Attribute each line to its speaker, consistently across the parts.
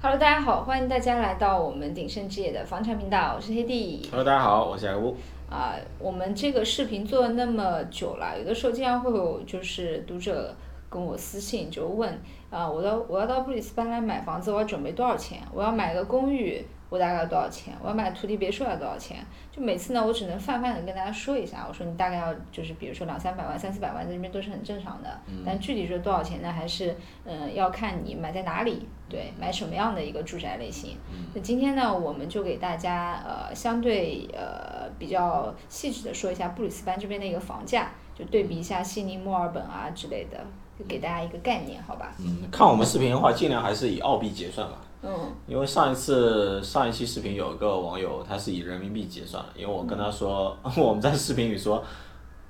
Speaker 1: Hello，大家好，欢迎大家来到我们鼎盛之野的房产频道，我是黑弟。
Speaker 2: Hello，大家好，我是艾乌。
Speaker 1: 啊、我们这个视频做了那么久了，有的时候经常会有就是读者跟我私信就问，啊、我到我要到布里斯班来买房子，我要准备多少钱？我要买个公寓，我大概要多少钱？我要买土地别墅要多少钱？就每次呢，我只能泛泛的跟大家说一下，我说你大概要就是比如说两三百万、三四百万在这边都是很正常的，但具体说多少钱呢，还是嗯、呃要看你买在哪里，对，买什么样的一个住宅类型。
Speaker 2: 嗯
Speaker 1: 那今天呢，我们就给大家呃相对呃比较细致的说一下布里斯班这边的一个房价，就对比一下悉尼、墨尔本啊之类的，就给大家一个概念，好吧？
Speaker 2: 嗯，看我们视频的话，尽量还是以澳币结算吧，
Speaker 1: 嗯
Speaker 2: 因为上一次上一期视频有一个网友他是以人民币结算的，因为我跟他说， 我们在视频里说，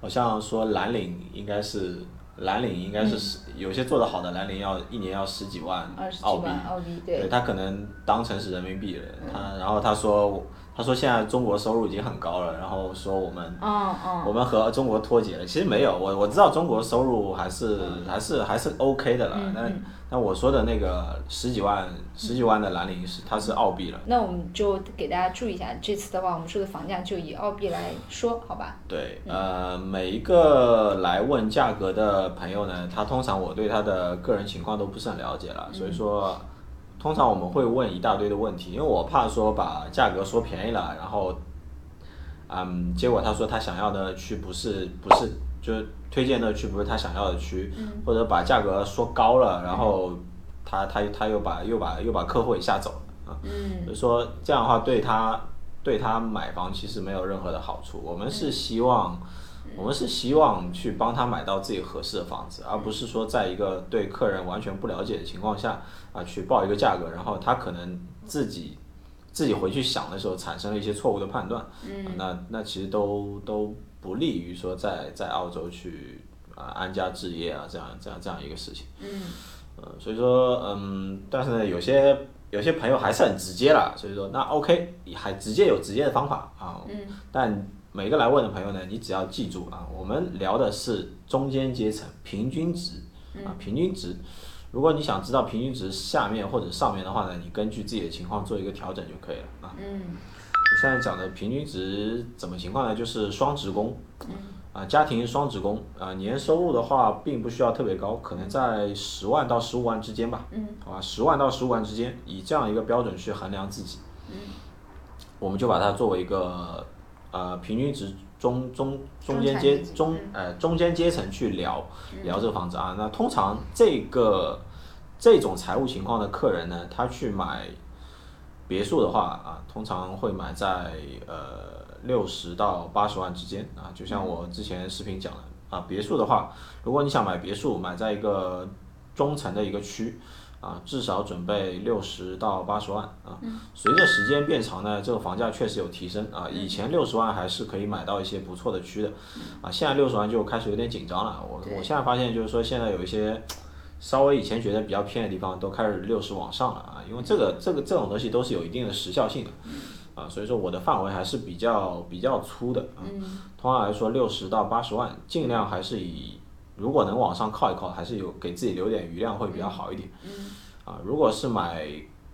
Speaker 2: 好像说蓝领应该是蓝领应该是十、有些做得好的蓝领要一年要十几万
Speaker 1: 嗯二十几
Speaker 2: 澳币，
Speaker 1: 万澳币，
Speaker 2: 嗯对
Speaker 1: 对，嗯
Speaker 2: 他可能当成是人民币了，他然后他说他说现在中国收入已经很高了，然后说我们
Speaker 1: 嗯嗯，
Speaker 2: 我们和中国脱节了。其实没有，我我知道中国收入还是、还是还是 OK 的了。但但我说的那个十几万十几万的蓝领是它是澳币了，
Speaker 1: 那我们就给大家注意一下，这次的话，我们说的房价就以澳币来说，好吧？
Speaker 2: 对，呃，每一个来问价格的朋友呢，他通常我对他的个人情况都不是很了解了，所以说。通常我们会问一大堆的问题，因为我怕说把价格说便宜了，然后，嗯，结果他说他想要的区不是不是就是推荐的区不是他想要的区，或者把价格说高了，然后他他他又把又把又把客户给吓走了啊。嗯，所以说这样的话对他对他买房其实没有任何的好处。我们是希望。我们是希望去帮他买到自己合适的房子，而不是说在一个对客人完全不了解的情况下啊去报一个价格，然后他可能自己自己回去想的时候产生了一些错误的判断，啊那那其实都都不利于说在在澳洲去啊安家置业啊这样这样这样一个事情。嗯，所以说嗯，但是呢有些。有些朋友还是很直接了，所以说那 OK，还直接有直接的方法啊。嗯。但每个来问的朋友呢，你只要记住啊，我们聊的是中间阶层平均值啊，平均值。如果你想知道平均值下面或者上面的话呢，你根据自己的情况做一个调整就可以了啊。
Speaker 1: 嗯
Speaker 2: 我现在讲的平均值怎么情况呢？就是双职工，啊，家庭双职工，啊，年收入的话并不需要特别高，可能在十万到十五万之间吧，
Speaker 1: 嗯，
Speaker 2: 好吧，十万到十五万之间，以这样一个标准去衡量自己，嗯，我们就把它作为一个呃平均值中中中间
Speaker 1: 中产阶
Speaker 2: 阶
Speaker 1: 级
Speaker 2: 中呃中间阶层去聊聊这个房子啊。那通常这个这种财务情况的客人呢，他去买别墅的话啊，通常会买在呃六十到八十万之间啊。就像我之前视频讲的啊，别墅的话，如果你想买别墅，买在一个中层的一个区。啊，至少准备六十到八十万啊。随着时间变长呢，这个房价确实有提升啊。以前六十万还是可以买到一些不错的区的，啊，现在六十万就开始有点紧张了。我
Speaker 1: 对
Speaker 2: 我现在发现就是说，现在有一些稍微以前觉得比较偏的地方，都开始六十往上了啊。因为这个这个这种东西都是有一定的时效性的。啊，所以说我的范围还是比较比较粗的啊。通常来说，六十到八十万，尽量还是以如果能往上靠一靠，还是有给自己留点余量会比较好一点。啊，如果是买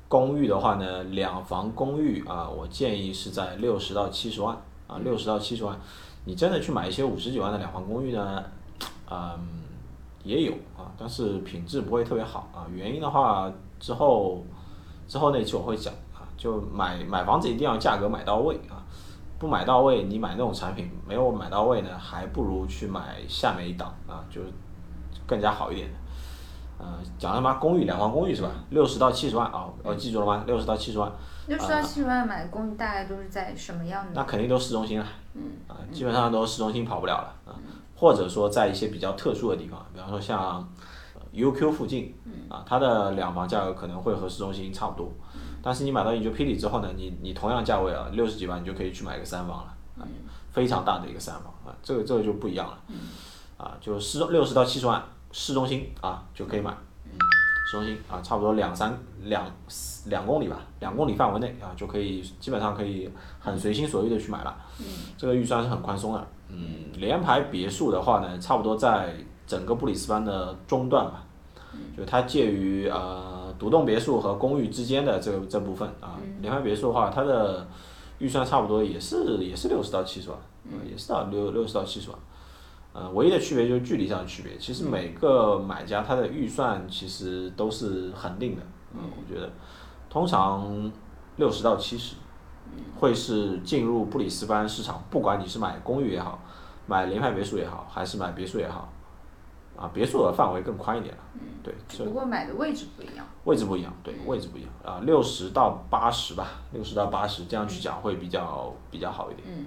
Speaker 2: 公寓的话呢，两房公寓啊，我建议是在六十到七十万啊，六十到七十万。你真的去买一些五十几万的两房公寓呢，嗯，也有啊，但是品质不会特别好啊。原因的话，之后之后那期我会讲啊，就买买房子一定要价格买到位啊。不买到位，你买那种产品没有买到位呢，还不如去买下面一档啊，就是更加好一点的。呃，讲什么公寓，两房公寓是吧？六十到七十万啊，我、记住了吗？六十到七十万，
Speaker 1: 六十到七十万买公寓大概都是在什么样的？嗯
Speaker 2: 那肯定都市中心了，啊，基本上都市中心跑不了了啊，或者说在一些比较特殊的地方，比方说像呃 UQ 附近，
Speaker 1: 嗯
Speaker 2: 啊，它的两房价格可能会和市中心差不多，但是你买到你就 p 里之后呢，你你同样价位啊，六十几万你就可以去买个三房了，啊，
Speaker 1: 嗯
Speaker 2: 非常大的一个三房啊，这个这个就不一样了，啊，就市六十到七十万市中心啊就可以买，
Speaker 1: 嗯
Speaker 2: 市中心啊，差不多两三两两公里吧，两公里范围内啊就可以，基本上可以很随心所欲的去买了。这个预算是很宽松的。嗯，联排别墅的话呢，差不多在整个布里斯班的中段吧。就它介于呃独栋别墅和公寓之间的这这部分啊。联排别墅的话，它的预算差不多也是也是六十到七十万，呃也是到六六十到七十万。呃，唯一的区别就是距离上的区别。其实每个买家他的预算其实都是恒定的，嗯，我觉得通常六十到七十会是进入布里斯班市场，不管你是买公寓也好，买联排别墅也好，还是买别墅也好，啊，别墅的范围更宽一点了，对，
Speaker 1: 只不过买的位置不一样。
Speaker 2: 位置不一样，对，位置不一样啊，六十到八十吧，六十到八十这样去讲会比较比较好一点，
Speaker 1: 嗯，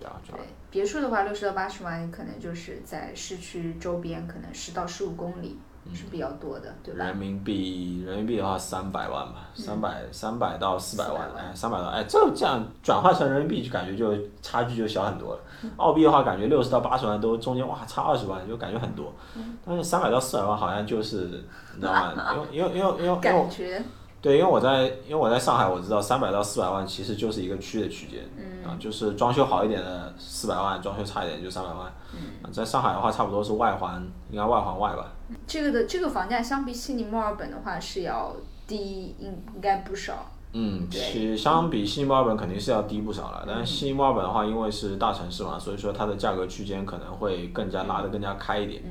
Speaker 2: 对啊，这
Speaker 1: 对
Speaker 2: 样，
Speaker 1: 别墅的话，六十到八十万，可能就是在市区周边，可能十到十五公里
Speaker 2: 嗯
Speaker 1: 是比较多的，对吧？嗯
Speaker 2: 人民币人民币的话三百万吧，三百三百到四百万
Speaker 1: 400，万
Speaker 2: 哎，三百到哎，这这样转化成人民币就感觉就差距就小很多了。
Speaker 1: 嗯
Speaker 2: 澳币的话，感觉六十到八十万都中间哇差二十万，就感觉很多，
Speaker 1: 嗯
Speaker 2: 但是三百到四百万好像就是你知道 吗？因为因为因为因为因为我
Speaker 1: 感觉
Speaker 2: 对，因为我在因为我在上海，我知道三百到四百万其实就是一个区的区间，啊，就是装修好一点的四百万，装修差一点就三百万。啊在上海的话，差不多是外环，应该外环外吧。
Speaker 1: 这个的这个房价相比悉尼、墨尔本的话是要低，应应该不少。
Speaker 2: 嗯，
Speaker 1: 对
Speaker 2: 其相比悉尼、墨尔本肯定是要低不少了，但是悉尼、墨尔本的话，因为是大城市嘛，所以说它的价格区间可能会更
Speaker 1: 嗯
Speaker 2: 加拉得更加开一点。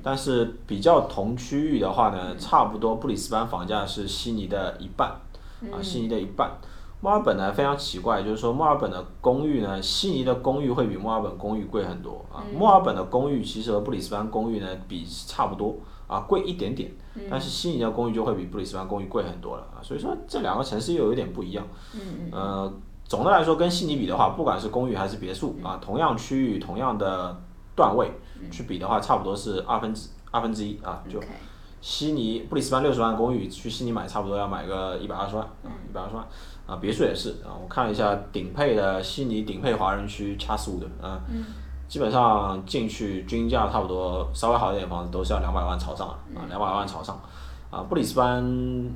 Speaker 2: 但是比较同区域的话呢，差不多布里斯班房价是悉尼的一半，啊，悉尼的一半。墨尔本呢非常奇怪，就是说墨尔本的公寓呢，悉尼的公寓会比墨尔本公寓贵很多啊。
Speaker 1: 嗯
Speaker 2: 墨尔本的公寓其实和布里斯班公寓呢比差不多啊，贵一点点，但是悉尼的公寓就会比布里斯班公寓贵很多了啊。所以说这两个城市又有点不一样。嗯呃，总的来说跟悉尼比的话，不管是公寓还是别墅啊，同样区域同样的段位去比的话，差不多是二分之二分之一啊，就
Speaker 1: OK，
Speaker 2: 悉尼布里斯班六十万公寓，去悉尼买差不多要买个一百二十万，一百二十万啊，别墅也是啊，我看了一下顶配的悉尼顶配华人区掐死五的啊，基本上进去均价差不多，稍微好一点的房子都是要两百万朝上了啊，两百万朝上啊，布里斯班。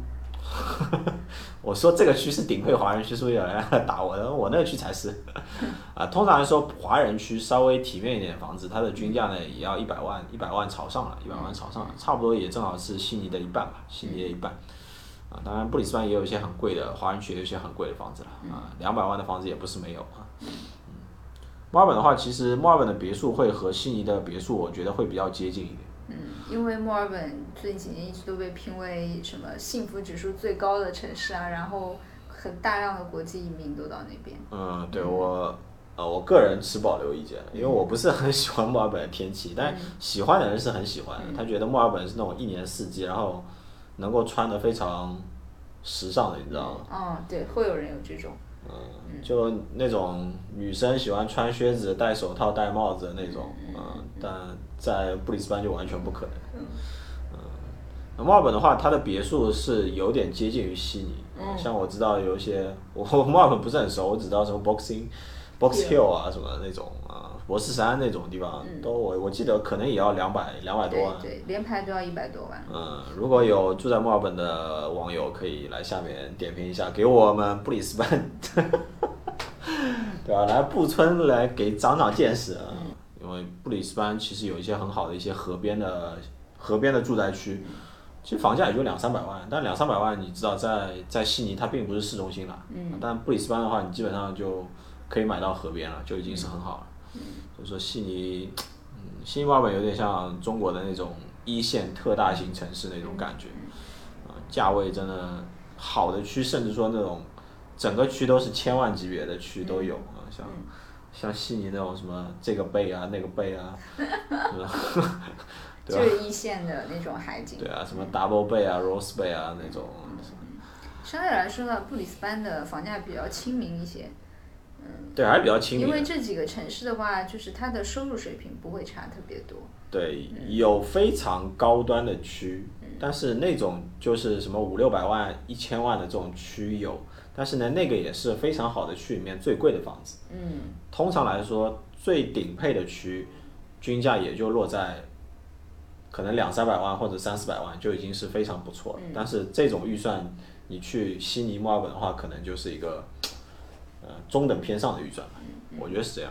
Speaker 2: 我说这个区是顶配华人区，是不是有人要打我的？我那个区才是， 啊，通常来说，华人区稍微体面一点的房子，它的均价呢也要一百万，一百万朝上了，一百万朝上了，差不多也正好是悉尼的一半吧，悉尼的一半。啊，当然布里斯班也有一些很贵的，华人区也有一些很贵的房子了，啊，两百万的房子也不是没有啊。嗯，墨尔本的话，其实墨尔本的别墅会和悉尼的别墅，我觉得会比较接近一点。
Speaker 1: 嗯，因为墨尔本最近几年一直都被评为什么幸福指数最高的城市啊，然后很大量的国际移民都到那边。
Speaker 2: 嗯，对我，呃，我个人持保留意见，因为我不是很 喜欢墨尔本的天气，但喜欢的人是很喜欢的。他觉得墨尔本是那种一年四季，然后能够穿的非常时尚的，你知道吗？
Speaker 1: 嗯，对，会有人有这种。
Speaker 2: 嗯，就那种女生喜欢穿靴子、戴手套、戴帽子的那种，嗯，但在布里斯班就完全不可能。嗯，那墨尔本的话，它的别墅是有点接近于悉尼，嗯、像我知道有一些， 我我墨尔本不是很熟，我只知道什么 Boxing、Box Hill 啊什么那种啊，博士山那种地方，都我我记得可能也要两百两百多万
Speaker 1: 对。对，连排都要一百多万。
Speaker 2: 嗯，如果有住在墨尔本的网友，可以来下面点评一下，给我们布里斯班， 对吧、来布村来给长长见识啊！因为布里斯班其实有一些很好的一些河边的河边的住宅区，其实房价也就两三百万，但两三百万你知道在在悉尼它并不是市中心了，嗯，但布里斯班的话，你基本上就可以买到河边了，就已经是很好了。所以说悉尼嗯，新墨尔本有点像中国的那种一线特大型城市那种感觉，啊、价位真的好的区，甚至说那种整个区都是千万级别的区都有啊、像像悉尼那种什么这个贝啊那个贝啊，对啊吧
Speaker 1: 就是一线的那种海景。
Speaker 2: 对啊，什么 double 贝啊 rose 贝啊那种，
Speaker 1: 相对来说呢，布里斯班的房价比较亲民一些，嗯
Speaker 2: 对，还是比较亲民
Speaker 1: 因
Speaker 2: 的。
Speaker 1: 为这几个城市的话，就是它的收入水平不会差特别多。
Speaker 2: 对，有非常高端的区，但是那种就是什么五六百万、一千万的这种区有，但是呢，那个也是非常好的区里面最贵的房子。
Speaker 1: 嗯，
Speaker 2: 通常来说，最顶配的区，均价也就落在可能两三百万或者三四百万就已经是非常不错了。
Speaker 1: 嗯
Speaker 2: 但是这种预算，你去悉尼、墨尔本
Speaker 1: 嗯
Speaker 2: 的话，可能就是一个呃中等偏上的预算吧，我觉得是这样。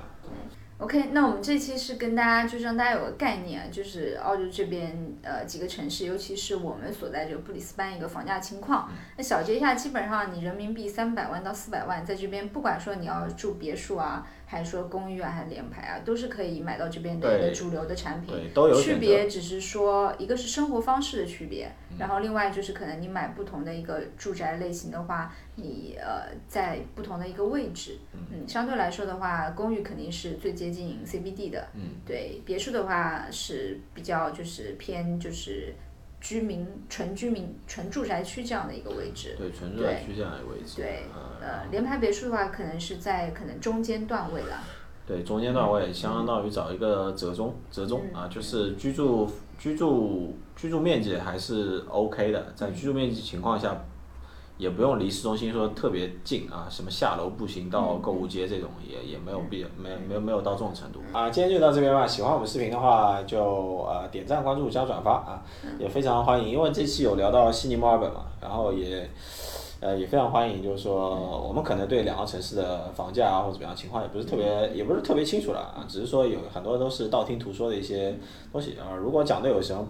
Speaker 1: OK，那我们这期是跟大家就是让大家有个概念，啊就是澳洲这边呃几个城市，尤其是我们所在这个布里斯班一个房价情况。
Speaker 2: 嗯
Speaker 1: 那小结一下，基本上你人民币三百万到四百万，在这边不管说你要住别墅啊，还是说公寓啊，还是联排啊，都是可以买到这边的一个
Speaker 2: 对
Speaker 1: 主流的产品。
Speaker 2: 对，都有
Speaker 1: 区
Speaker 2: 选择。嗯
Speaker 1: 别只是说，一个是生活方式的区别，然后另外就是可能你买不同的一个住宅类型的话，你呃在不同的一个位置，嗯，相对来说的话，公寓肯定是最接近 CBD 的，
Speaker 2: 嗯，
Speaker 1: 对，别墅的话是比较就是偏就是居民纯居民纯住宅区这样的一个位置，
Speaker 2: 对，纯住宅区这样的位置。
Speaker 1: 对
Speaker 2: 嗯
Speaker 1: 呃，联排别墅的话可能是在可能中间段位了，
Speaker 2: 对，中间段
Speaker 1: 嗯
Speaker 2: 位相当于找一个折中，折中啊，就是居住居住居住面积还是 OK 的，在居住面积情况下，也不用离市中心说特别近啊，什么下楼步行到
Speaker 1: 嗯
Speaker 2: 购物街这种也也没有必要，没没有没有到这种程度
Speaker 1: 嗯
Speaker 2: 啊。今天就到这边吧，喜欢我们视频的话就呃点赞、关注、加转发啊，
Speaker 1: 嗯
Speaker 2: 也非常欢迎，因为这期有聊到悉尼、墨尔本嘛，然后也。呃，也非常欢迎，就是说我们可能对两个城市的房价啊或者怎么样情况也不是特别，也不是特别清楚了啊，只是说有很多都是道听途说的一些东西啊。如果讲的有什么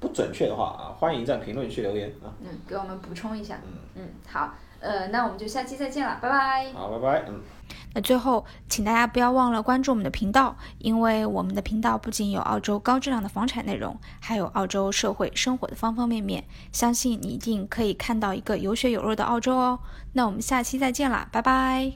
Speaker 2: 不准确的话啊，欢迎在评论区留言啊。
Speaker 1: 嗯，给我们补充一下，嗯嗯，好，呃，那我们就下期再见了，拜拜。
Speaker 2: 好，拜拜，嗯。
Speaker 3: 那最后，请大家不要忘了关注我们的频道，因为我们的频道不仅有澳洲高质量的房产内容，还有澳洲社会生活的方方面面。相信你一定可以看到一个有血有肉的澳洲哦。那我们下期再见啦，拜拜。